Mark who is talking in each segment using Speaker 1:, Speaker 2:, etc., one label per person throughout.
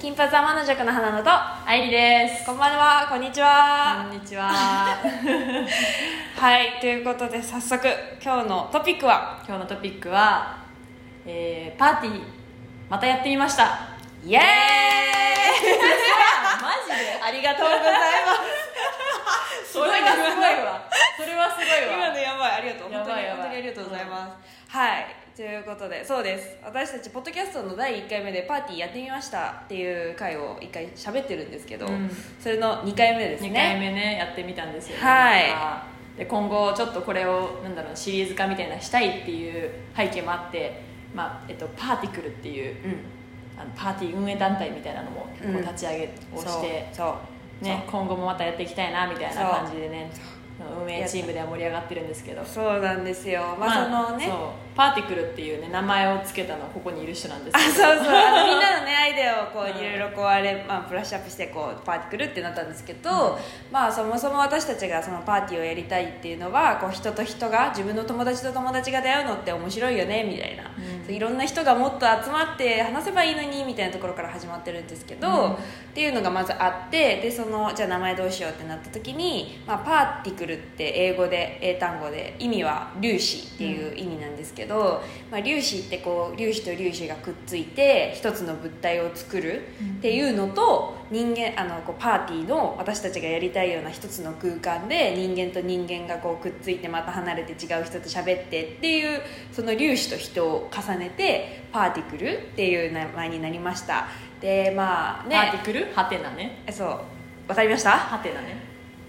Speaker 1: 金髪天の弱の花野と
Speaker 2: 愛理です
Speaker 1: こんばんはこんにちは、
Speaker 2: こんにちは
Speaker 1: はいということで早速今日のトピックは
Speaker 2: 今日のトピックは、えー、パーティーまたやって みました
Speaker 1: イエーイ
Speaker 2: マジで
Speaker 1: ありがとうございます
Speaker 2: それはすごいわそれはすごい
Speaker 1: 今
Speaker 2: わ
Speaker 1: のやばいありがとう
Speaker 2: や
Speaker 1: 本当
Speaker 2: ば
Speaker 1: に
Speaker 2: いやばい
Speaker 1: 本当にありがとうございます、はいということでそうです私たちポッドキャストの第1回目でパーティーやってみましたっていう回を1回喋ってるんですけど、
Speaker 2: うん
Speaker 1: それの2回目ですね
Speaker 2: 2回目ねやってみたんですよ、
Speaker 1: はい
Speaker 2: いで今後ちょっとこれをなんだろうシリーズ化みたいなしたいっていう背景もあって、まあえっと、パーティクルっていうあのパーティー運営団体みたいなのも結構立ち上げ
Speaker 1: うん
Speaker 2: をして、
Speaker 1: そうそう
Speaker 2: ね、今後もまたやっていきたいなみたいな
Speaker 1: そう
Speaker 2: 感じでね運営チームでは盛り上がってるんですけど
Speaker 1: そうそうなんですよまあ、そのね
Speaker 2: そうパーティクルっていうね名前を付けたのはここにいる人なんです
Speaker 1: あ
Speaker 2: け
Speaker 1: そう
Speaker 2: ど
Speaker 1: そうあのみ んなのねアイデアをこ
Speaker 2: うん
Speaker 1: ういろいろこうあれ、まあ、ブラッシュアップしてこうパーティー来るってなったんですけど、まあそもそも私たちがそのパーティーをやりたいっていうのはこう人と人が自分の友達と友達が出会うのって面白いよねみたいな、
Speaker 2: うん
Speaker 1: そういろんな人がもっと集まって話せばいいのにみたいなところから始まってるんですけど、
Speaker 2: うん
Speaker 1: っていうのがまずあってでそのじゃあ名前どうしようってなった時に、まあ、パーティクルって英語で英単語で意味は粒子っていう意味なんですけど、まあ、粒子ってこう粒子と粒子がくっついて一つの物体を作るっていうのと人間あのこうパーティーの私たちがやりたいような一つの空間で人間と人間がこうくっついてまた離れて違う人と喋ってっていうその粒子と人を重ねてパーティクルっていう名前になりましたでまあね
Speaker 2: パーティクルハテナね
Speaker 1: えそうわかりました
Speaker 2: ハテナね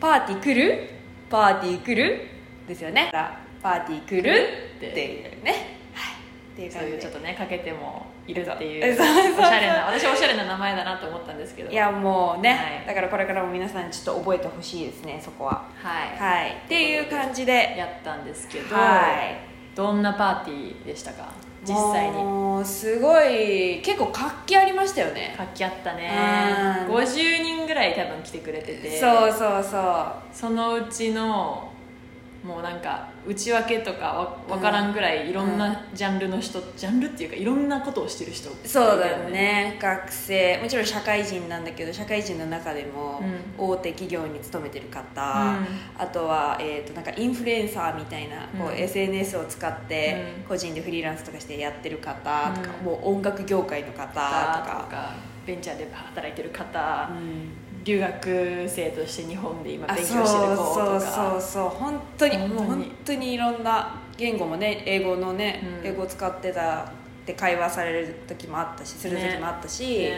Speaker 1: パーティー来るパーティー来るですよねパーティー来るっていうねはいっていう
Speaker 2: そう
Speaker 1: 感じ
Speaker 2: いう
Speaker 1: で
Speaker 2: ちょっとねかけてもいるってい
Speaker 1: え
Speaker 2: う
Speaker 1: そうそうそう
Speaker 2: おしゃれな私はおしゃれな名前だなと思ったんですけど
Speaker 1: いやもうね、
Speaker 2: はい
Speaker 1: だからこれからも皆さんちょっと覚えてほしいですねそこは
Speaker 2: は
Speaker 1: はいっていう感じ
Speaker 2: い
Speaker 1: で
Speaker 2: やったんですけど
Speaker 1: はい
Speaker 2: どんなパーティーでしたか実際に
Speaker 1: もうすごい結構活気ありましたよね
Speaker 2: 活気あったね
Speaker 1: うん
Speaker 2: 50人ぐらい多分来てくれてて
Speaker 1: そうそうそう
Speaker 2: そのうちのもうなんか内訳とかわわからんぐらいいろんなジャンルの人、ジャンルっていうかいろんなことをしてる人
Speaker 1: そうだよね学生もちろん社会人なんだけど社会人の中でも
Speaker 2: う
Speaker 1: 大手企業に勤めてる方、
Speaker 2: うん
Speaker 1: あとは、えー、となんかインフルエンサーみたいな、こ
Speaker 2: う
Speaker 1: うん SNS を使って
Speaker 2: うん
Speaker 1: 個人でフリーランスとかしてやってる方とか、
Speaker 2: うん
Speaker 1: もう音楽業界の方と
Speaker 2: とか
Speaker 1: か。
Speaker 2: ベンチャーで働いてる方、
Speaker 1: うん
Speaker 2: 留学生として日本で今
Speaker 1: あ
Speaker 2: 勉強
Speaker 1: そう
Speaker 2: してる子と
Speaker 1: そうそ
Speaker 2: か
Speaker 1: うそう本当に
Speaker 2: 本当に
Speaker 1: もう本当にいろんな言語もね英語のね、
Speaker 2: うん
Speaker 1: 英語を使ってたって会話される時もあったしする時もあったし、
Speaker 2: ね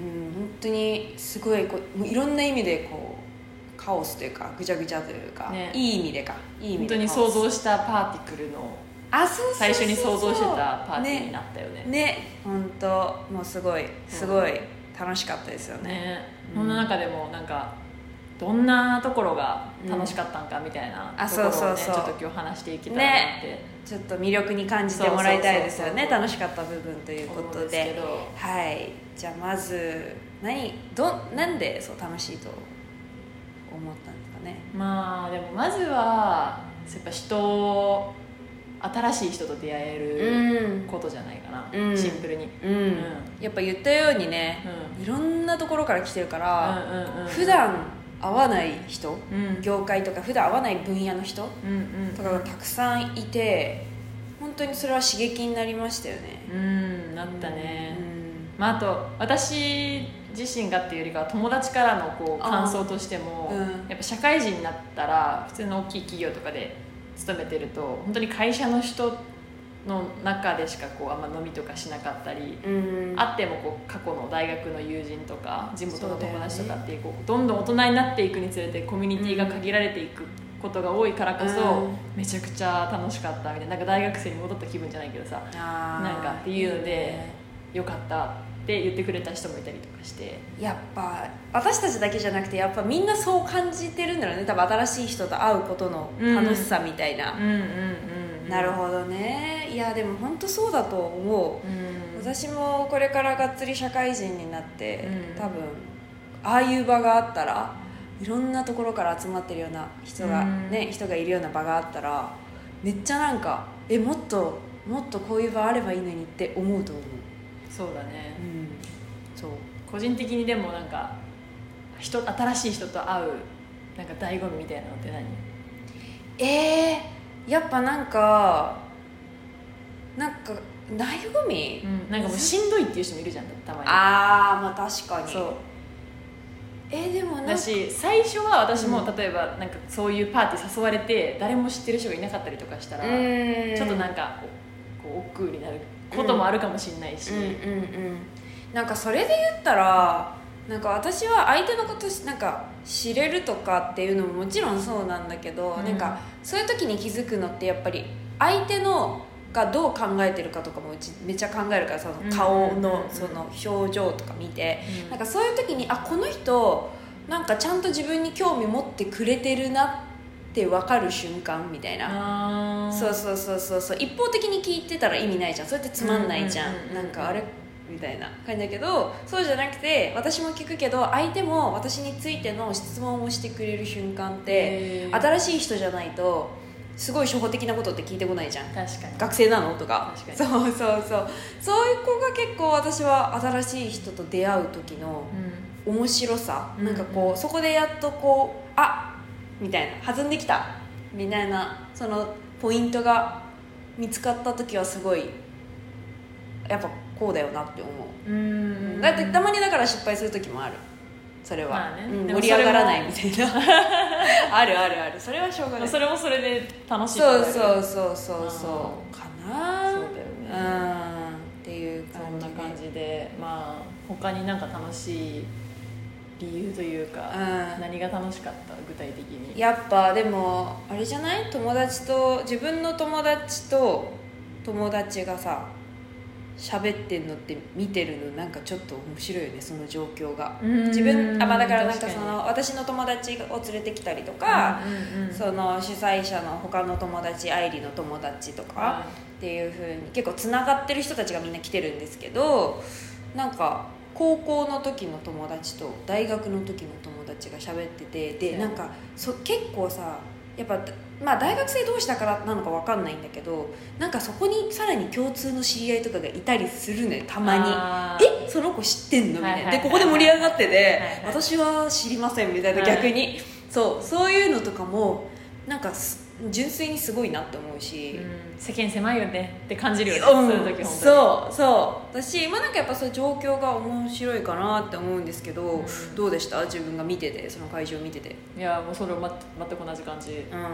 Speaker 1: うん、本当にすごいこうもういろんな意味でこうカオスというかぐちゃぐちゃというか、
Speaker 2: ね
Speaker 1: いい意味でかいい意
Speaker 2: 本
Speaker 1: 味
Speaker 2: 当
Speaker 1: で
Speaker 2: に
Speaker 1: カオ
Speaker 2: 想
Speaker 1: ス
Speaker 2: 像したパーティクルの
Speaker 1: あそうそうそうそう
Speaker 2: 最初に想像してたパーティーになったよね
Speaker 1: ねね本当もうすごいすごい楽しかったですよね
Speaker 2: ね
Speaker 1: うん
Speaker 2: そんな中でもなんかどんなところが楽しかったんかみたいな
Speaker 1: うんあ
Speaker 2: ところをね、
Speaker 1: そうそうそう
Speaker 2: ちょっと今日話していきたいなって、
Speaker 1: ちょっと魅力に感じてもらいたいですよね
Speaker 2: そうそうそうそう
Speaker 1: 楽しかった部分というこ
Speaker 2: 思うん
Speaker 1: と
Speaker 2: です
Speaker 1: で
Speaker 2: けど
Speaker 1: はいじゃあまず何どなんでそう楽しいと思ったんですかね
Speaker 2: まあでもまずはやっぱ人新しい人と出会える
Speaker 1: う
Speaker 2: ことじゃないか
Speaker 1: うん
Speaker 2: な、シンプルに、うん
Speaker 1: ん、うん、やっぱ言ったようにね、いろんなところから来てるから、
Speaker 2: うんうんうん、
Speaker 1: 普段会わない人
Speaker 2: うん
Speaker 1: 業界とか普段会わない分野の人
Speaker 2: うんうん
Speaker 1: とかがたくさんいて本当にそれは刺激になりましたよね
Speaker 2: うんな
Speaker 1: あ
Speaker 2: ったね、
Speaker 1: うん
Speaker 2: まあ、あと私自身がっていうよりかは友達からのこう
Speaker 1: あー
Speaker 2: 感想としても、
Speaker 1: うん
Speaker 2: やっぱ社会人になったら普通の大きい企業とかで勤めてると本当に会社の人の中でしかこうあんま飲みとかしなかったり、
Speaker 1: うん
Speaker 2: あってもこう過去の大学の友人とか地元の友達とかっていうこうどんどん大人になっていくにつれてコミュニティが限られていくことが多いからこそ、
Speaker 1: うん
Speaker 2: めちゃくちゃ楽しかったみたいななんか大学生に戻った気分じゃないけどさ
Speaker 1: あー
Speaker 2: なんかっていうので
Speaker 1: いね
Speaker 2: よかったって言ってくれた人もいたりとかして
Speaker 1: やっぱ私たちだけじゃなくてやっぱみんなそう感じてるんだろうね多分新しい人と会うことの楽しさみたいな、
Speaker 2: んうんう
Speaker 1: なる
Speaker 2: ど、
Speaker 1: ほどねいやでも本当そうだと思う、
Speaker 2: うん、
Speaker 1: 私もこれからがっつり社会人になって、
Speaker 2: うん
Speaker 1: 多分ああいう場があったらいろんなところから集まってるような人が、
Speaker 2: うん
Speaker 1: ね人がいるような場があったらめっちゃなんかえもっともっとこういう場あればいいのにって思うと思う、
Speaker 2: そうだね
Speaker 1: うん、そう
Speaker 2: 個人的にでもなんか人新しい人と会うなんか醍醐味みたいなのって何
Speaker 1: えー、やっぱなんかなんか醍醐味、
Speaker 2: うん、なんかもうしんどいっていう人もいるじゃんたまに
Speaker 1: ああまあ確かに
Speaker 2: そう
Speaker 1: えー、でもなんか
Speaker 2: だし最初は私も
Speaker 1: う
Speaker 2: 例えばなんかそういうパーティー誘われて誰も知ってる人がいなかったりとかしたらち
Speaker 1: うん
Speaker 2: ょっとなんかこう億劫になることもあるかもしれないし、
Speaker 1: うんうんうんなんかそれで言ったらなんか私は相手のことしなんか知れるとかっていうのももちろんそうなんだけど、
Speaker 2: うん
Speaker 1: なんかそういう時に気づくのってやっぱり相手のがどう考えてるかとかもうちめっちゃ考えるからその顔の
Speaker 2: うん
Speaker 1: その表情とか見て、
Speaker 2: うん
Speaker 1: なんかそういう時にあこの人なんかちゃんと自分に興味持ってくれてるなって分かる瞬間みたいな
Speaker 2: あー
Speaker 1: そうそうそうそうそう一方的に聞いてたら意味ないじゃんそれってつまんないじゃん,、
Speaker 2: うんうんうんうん
Speaker 1: なんかあれみたいな感じだけどそうじゃなくて私も聞くけど相手も私についての質問をしてくれる瞬間って
Speaker 2: へー
Speaker 1: 新しい人じゃないとすごい初歩的なことって聞いてこないじゃん
Speaker 2: 確かに
Speaker 1: 学生なのとか
Speaker 2: 確
Speaker 1: そうそうそうそういう子が結構私は新しい人と出会う時の面白さ、
Speaker 2: うん
Speaker 1: なんかこうそこでやっとこうあみたいな弾んできたみたいなそのポイントが見つかった時はすごいやっぱこうだよなって思う、
Speaker 2: うん、うん、
Speaker 1: だってたまにだから失敗する時もあるそれは、
Speaker 2: まあね
Speaker 1: うん盛
Speaker 2: でも
Speaker 1: り
Speaker 2: それも
Speaker 1: 上がらないみたいな あるあるあるそれはしょうがない
Speaker 2: それもそれで楽しい
Speaker 1: そう
Speaker 2: う
Speaker 1: そうそうそうそうかな
Speaker 2: そうだよね
Speaker 1: うんっていう
Speaker 2: そ
Speaker 1: 感
Speaker 2: ん
Speaker 1: じ
Speaker 2: な
Speaker 1: で
Speaker 2: 感じでまあ他になんか楽しい理由というか、
Speaker 1: うん
Speaker 2: 何が楽しかった具体的に
Speaker 1: やっぱでもあれじゃない友達と自分の友達と友達がさ喋ってんのって見てるのなんかちょっと面白いよねその状況が
Speaker 2: うん
Speaker 1: 自分あまあだからなん
Speaker 2: 確
Speaker 1: か
Speaker 2: かに
Speaker 1: その私の友達を連れてきたりとか、
Speaker 2: うんうんうん
Speaker 1: その主催者の他の友達愛理の友達とか
Speaker 2: は
Speaker 1: っていうふうに結構つながってる人たちがみんな来てるんですけどなんか高校の時の友達と大学の時の友達が喋っててで
Speaker 2: そう
Speaker 1: なんかそ結構さやっぱ、まあ、大学生同士だからなのか分かんないんだけどなんかそこにさらに共通の知り合いとかがいたりするのよたまに。
Speaker 2: あー
Speaker 1: えその子知ってんのみたいな、
Speaker 2: はいはいはいはい
Speaker 1: でここで盛り上がってて、
Speaker 2: いはい
Speaker 1: 私は知りませんみたいな、
Speaker 2: はい
Speaker 1: 逆にそうそういうのとかもなんかす純粋にすごいなって思うし、
Speaker 2: うん世間狭いよねって感じるよね、そういう時本当
Speaker 1: うん、
Speaker 2: に
Speaker 1: そうそうだし、まあ、なんかやっぱそういう状況が面白いかなって思うんですけど、
Speaker 2: うん
Speaker 1: どうでした自分が見ててその会場見てて
Speaker 2: いやもうそれま全く同じ感じ、
Speaker 1: うんうん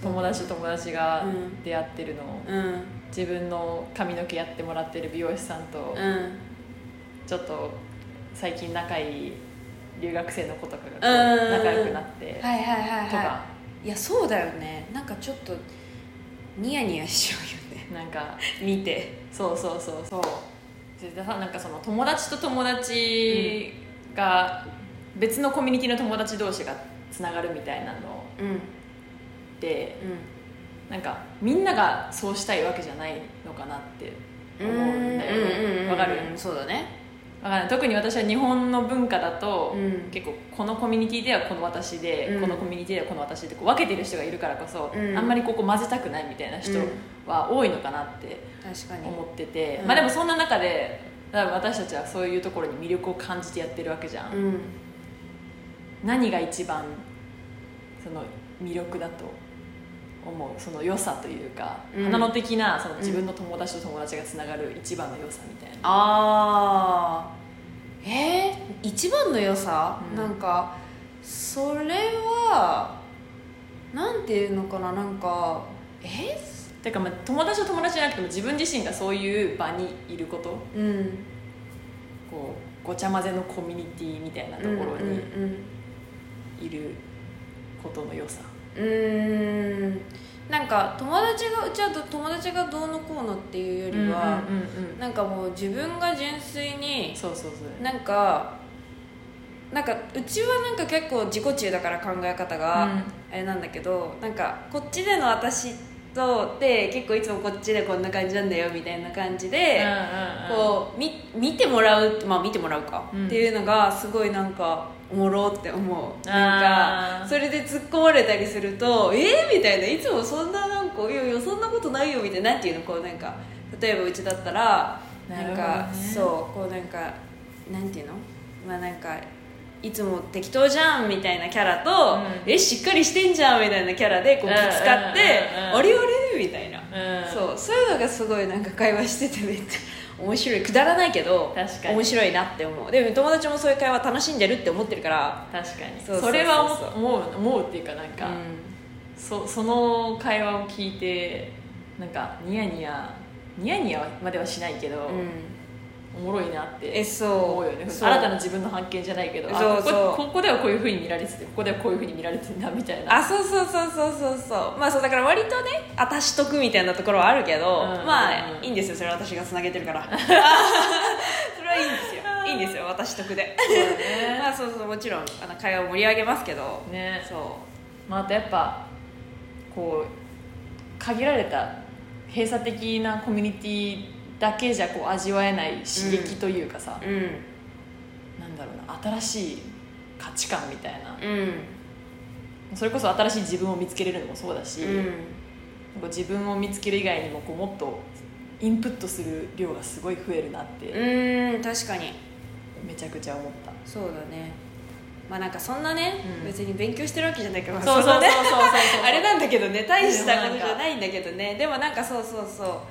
Speaker 2: 友達と友達が
Speaker 1: うん
Speaker 2: 出会ってるのを、
Speaker 1: うんうん
Speaker 2: 自分の髪の毛やってもらってる美容師さんと、
Speaker 1: うん
Speaker 2: ちょっと最近仲いい留学生の子とかがこ
Speaker 1: うんうんう
Speaker 2: うん仲良くなって
Speaker 1: はいはいはい
Speaker 2: とか
Speaker 1: は、いいやそうだよねなんかちょっとニヤニヤしちゃうよ ね
Speaker 2: なんか
Speaker 1: 見て
Speaker 2: そうそうそうそうでだなんかその友達と友達が、別のコミュニティの友達同士がつながるみたいなの
Speaker 1: うんうん
Speaker 2: でなんかみんながそうしたいわけじゃないのかなって思うんだよ
Speaker 1: うんうんうんう
Speaker 2: ね
Speaker 1: ん
Speaker 2: わかる
Speaker 1: そうだね
Speaker 2: わかる特に私は日本の文化だと、
Speaker 1: うん
Speaker 2: 結構このコミュニティではこの私で、
Speaker 1: うん
Speaker 2: このコミュニティではこの私でこう分けてる人がいるからこそ、
Speaker 1: うん
Speaker 2: あんまりここ混ぜたくないみたいな人は多いのかなって
Speaker 1: 確かに
Speaker 2: 思ってて、
Speaker 1: うん
Speaker 2: まあでもそんな中でだから私たちはそういうところに魅力を感じてやってるわけじゃん、
Speaker 1: うん
Speaker 2: 何が一番その魅力だと思うその良さというか、
Speaker 1: うん
Speaker 2: 花の的なその自分の友達と友達がつながる一番の良さみたいな、
Speaker 1: あーえー、一番の良さ、
Speaker 2: うん
Speaker 1: なんかそれはなんていうのかななんかえ
Speaker 2: てかまあ友達と友達じゃなくても自分自身がそういう場にいること
Speaker 1: うん
Speaker 2: こうごちゃ混ぜのコミュニティみたいなところに
Speaker 1: うん
Speaker 2: いることの良さ、
Speaker 1: うん,、うん、なんか友達がうちはど友達がどうのこうのっていうよりは、
Speaker 2: うんうんうん
Speaker 1: なんかもう自分が純粋に
Speaker 2: そうそうそう
Speaker 1: なんかなんかうちはなんか結構自己中だから考え方が、
Speaker 2: うん
Speaker 1: あれなんだけどなんかこっちでの私とって結構いつもこっちでこんな感じなんだよみたいな感じで、こうみ見てもらうまあ見てもらうか、
Speaker 2: うん
Speaker 1: っていうのがすごいなんかおもろって思うなん
Speaker 2: あ
Speaker 1: か
Speaker 2: ー
Speaker 1: それで突っ込まれたりするとえー、みたいないつもそんななんかいやいやそんなことないよみたいななんていうのこうなんか例えばうちだったらなん
Speaker 2: なる
Speaker 1: か
Speaker 2: ほどね
Speaker 1: そうこうなんかなんていうのまあなんかいつも適当じゃんみたいなキャラと、
Speaker 2: うん
Speaker 1: えしっかりしてんじゃんみたいなキャラでこう
Speaker 2: う
Speaker 1: ぶ
Speaker 2: ん
Speaker 1: つかって、
Speaker 2: うんうんうん
Speaker 1: あれあれみたいな、
Speaker 2: うん
Speaker 1: そうそういうのがすごいなんか会話しててめっちゃ 面白いくだらないけど
Speaker 2: 確かに
Speaker 1: 面白いなって思うでも友達もそういう会話楽しんでるって思ってるから、
Speaker 2: 確かに
Speaker 1: そうそうそうそう
Speaker 2: それは思う思う思うっていうかなん
Speaker 1: う
Speaker 2: か、
Speaker 1: ん、
Speaker 2: そその会話を聞いてなんかニヤニヤニヤニヤまではしないけど、
Speaker 1: うん
Speaker 2: おもろいなって
Speaker 1: えそう
Speaker 2: 思うよね
Speaker 1: そう
Speaker 2: 新たな自分の発見じゃないけどあ
Speaker 1: そうそう
Speaker 2: ここここではこういうふうに見られててここではこういうふうに見られてんだみたいな
Speaker 1: あそうそうそうそうそうそうまあそうだから割とね私得みたいなところはあるけど、
Speaker 2: うん
Speaker 1: ま
Speaker 2: う
Speaker 1: あ
Speaker 2: ん
Speaker 1: いいんですよそれは私がつなげてる からそれはいいんですよいいんですよ私得でまあそうそうもちろんあの会話を盛り上げますけど
Speaker 2: ね
Speaker 1: そ
Speaker 2: まあ、あとやっぱこう限られた閉鎖的なコミュニティだけじゃこう味わえない刺激というかさ
Speaker 1: う、うん
Speaker 2: なんだろうな新しい価値観みたいな
Speaker 1: うん
Speaker 2: それこそ新しい自分を見つけれるのもそうだし、
Speaker 1: うん
Speaker 2: こう自分を見つける以外にもこうもっとインプットする量がすごい増えるなって
Speaker 1: うん確かに
Speaker 2: めちゃくちゃ思った、
Speaker 1: そうだねまあなんかそんなね、
Speaker 2: うん
Speaker 1: 別に勉強してるわけじゃないから
Speaker 2: そうそうそうそう
Speaker 1: ね
Speaker 2: そうそう
Speaker 1: あれなんだけどね大したことじゃないんだけどねでもなんかそうそうそ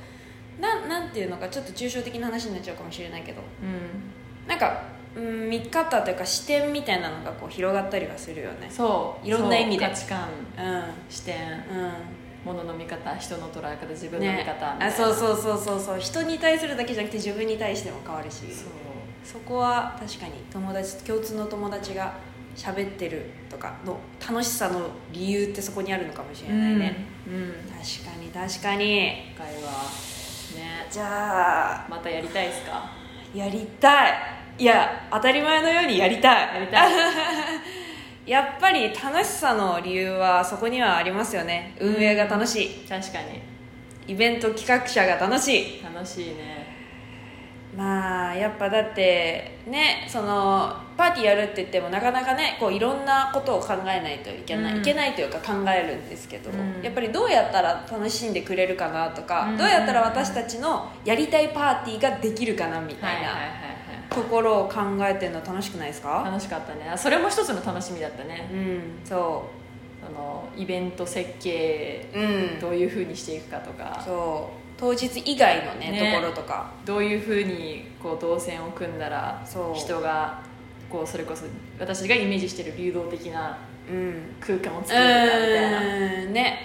Speaker 1: うなんなんていうのかちょっと抽象的な話になっちゃうかもしれないけど
Speaker 2: うん
Speaker 1: なんか、うん、見方というか視点みたいなのがこう広がったりはするよね
Speaker 2: そう
Speaker 1: いろんな意味で
Speaker 2: そう価値観
Speaker 1: うんう
Speaker 2: 視点
Speaker 1: ん
Speaker 2: 物の見方人の捉え方自分の見方み
Speaker 1: ね
Speaker 2: たいな、
Speaker 1: あそうそうそうそうそう人に対するだけじゃなくて自分に対しても変わるし
Speaker 2: そう
Speaker 1: そこは確かに友達共通の友達が喋ってるとかの楽しさの理由ってそこにあるのかもしれないね、
Speaker 2: うん、うん、
Speaker 1: 確かに確かに
Speaker 2: 今回はね
Speaker 1: じゃあ
Speaker 2: またやりたいですか
Speaker 1: やりたいいや当たり前のようにやりたい
Speaker 2: やりたい
Speaker 1: やっぱり楽しさの理由はそこにはありますよね運営が楽しい
Speaker 2: 確かに
Speaker 1: イベント企画者が楽しい
Speaker 2: 楽しいね
Speaker 1: まあやっぱだってねそのパーティーやるって言ってもなかなかねこういろんなことを考えないといけない、
Speaker 2: う
Speaker 1: い
Speaker 2: ん
Speaker 1: けないというか考えるんですけど、
Speaker 2: うん
Speaker 1: やっぱりどうやったら楽しんでくれるかなとか、
Speaker 2: うん
Speaker 1: どうやったら私たちのやりたいパーティーができるかなみ
Speaker 2: はい
Speaker 1: た
Speaker 2: はいいはい
Speaker 1: なところを考えてるの楽しくないです
Speaker 2: はい
Speaker 1: か
Speaker 2: 楽しかったねあそれも一つの楽しみだったね
Speaker 1: うんそ
Speaker 2: そのイベント設計
Speaker 1: ううん
Speaker 2: どういうふうにしていくかとか
Speaker 1: そう当日以外のね
Speaker 2: ね
Speaker 1: ところとか
Speaker 2: どういうふうにこう動線を組んだら
Speaker 1: そう
Speaker 2: 人がこうそれこそ私がイメージしてる流動的な
Speaker 1: うん
Speaker 2: 空間を
Speaker 1: う
Speaker 2: 作れるかみたいな
Speaker 1: ーんね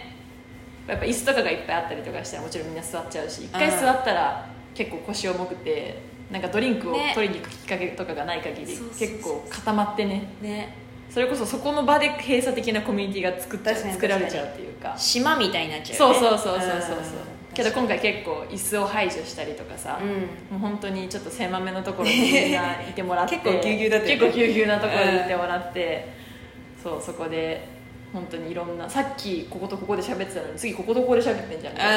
Speaker 2: やっぱ椅子とかがいっぱいあったりとかしたらもちろんみんな座っちゃうし一
Speaker 1: う
Speaker 2: 回
Speaker 1: ん
Speaker 2: 座ったら結構腰重くてなんかドリンクを
Speaker 1: ね
Speaker 2: 取りに行くきっかけとかがない限り
Speaker 1: そうそうそう
Speaker 2: 結構固まってね
Speaker 1: ね
Speaker 2: それこそそこの場で閉鎖的なコミュニティが作っちゃう
Speaker 1: 確かに
Speaker 2: 作られちゃうっていうか
Speaker 1: 島みたいになっちゃう
Speaker 2: そ
Speaker 1: よ
Speaker 2: う
Speaker 1: ね
Speaker 2: そうそうそうそうそう
Speaker 1: うん
Speaker 2: けど今回結構椅子を排除したりとかさ、
Speaker 1: うん
Speaker 2: もう本当にちょっと狭めのところにみんないてもらって
Speaker 1: 結構ぎゅうぎゅうだったよね
Speaker 2: 結構ぎゅうぎゅうなところにいてもらって、そうそこで本当にいろんなさっきこことここで喋ってたのに次こことここで喋ってんじゃんみたい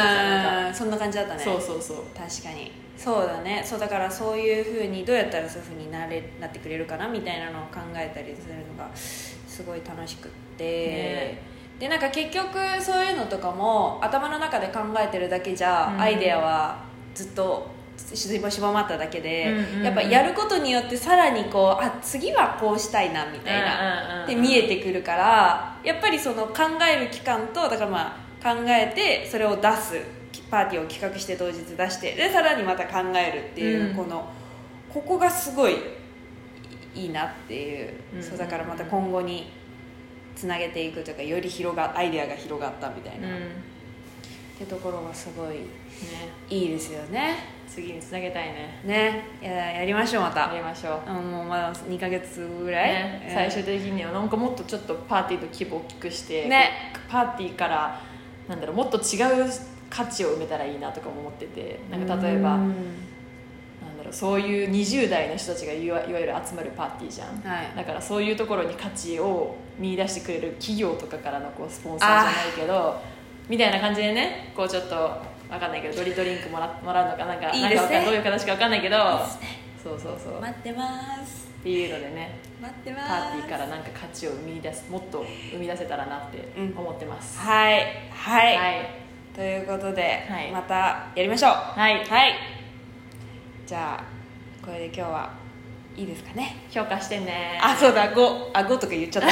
Speaker 2: な
Speaker 1: うんそんな感じだったね
Speaker 2: そうそうそう
Speaker 1: 確かにそうだねそうだからそういうふうにどうやったらそういうふうになれなってくれるかなみたいなのを考えたりするのがすごい楽しくって、
Speaker 2: ね
Speaker 1: でなんか結局そういうのとかも頭の中で考えてるだけじ
Speaker 2: う
Speaker 1: ゃ
Speaker 2: ん
Speaker 1: アイデアはずっとしぼしぼまっただけで、
Speaker 2: うんうん
Speaker 1: やっぱやることによってさらにこうあ次はこうしたいなみたいな、
Speaker 2: な
Speaker 1: で見えてくるからやっぱりその考える期間とだからまあ考えてそれを出すパーティーを企画して当日出してでさらにまた考えるっていう、
Speaker 2: うん
Speaker 1: このここがすごいいいなっていう,、
Speaker 2: うん
Speaker 1: そうだからまた今後につなげていくというかより広がアイデアが広がったみたい
Speaker 2: うん
Speaker 1: な、っ
Speaker 2: ね
Speaker 1: てところがすごいいいですよね
Speaker 2: 次につなげたいね
Speaker 1: ねいややりましょうま
Speaker 2: や
Speaker 1: た
Speaker 2: りましょう
Speaker 1: あもうまだ2ヶ月ぐらい、
Speaker 2: ね
Speaker 1: うん
Speaker 2: 最終的にはなんかもっとちょっとパーティーの規模を大きくして、
Speaker 1: ね
Speaker 2: パーティーからなんだろうもっと違う価値を埋めたらいいなとかも思っててなんか例えば
Speaker 1: う
Speaker 2: なん
Speaker 1: ん
Speaker 2: だろうそういう20代の人たちがいわいわゆる集まるパーティーじゃん、
Speaker 1: はい
Speaker 2: だからそういうところに価値を見出してくれる企業とかからのこうスポンサーじゃないけどみたいな感じでねこうちょっとわかんないけどドリドリンクもらもらうのかなんか
Speaker 1: いいですね
Speaker 2: なんかわかんどういう形かわかんないけど
Speaker 1: いいですね
Speaker 2: そうそうそうっ
Speaker 1: 待ってます
Speaker 2: ていうのでね
Speaker 1: 待ってま
Speaker 2: パ
Speaker 1: す
Speaker 2: ーティーからなんか価値を生み出すもっと生み出せたらなって思ってます、
Speaker 1: はいはい、
Speaker 2: はい
Speaker 1: ということで、
Speaker 2: はい
Speaker 1: またやりましょうは
Speaker 2: は
Speaker 1: い
Speaker 2: い
Speaker 1: じゃあこれで今日はいいですかね
Speaker 2: 評価してね
Speaker 1: あそうだ5あ5とか言っちゃった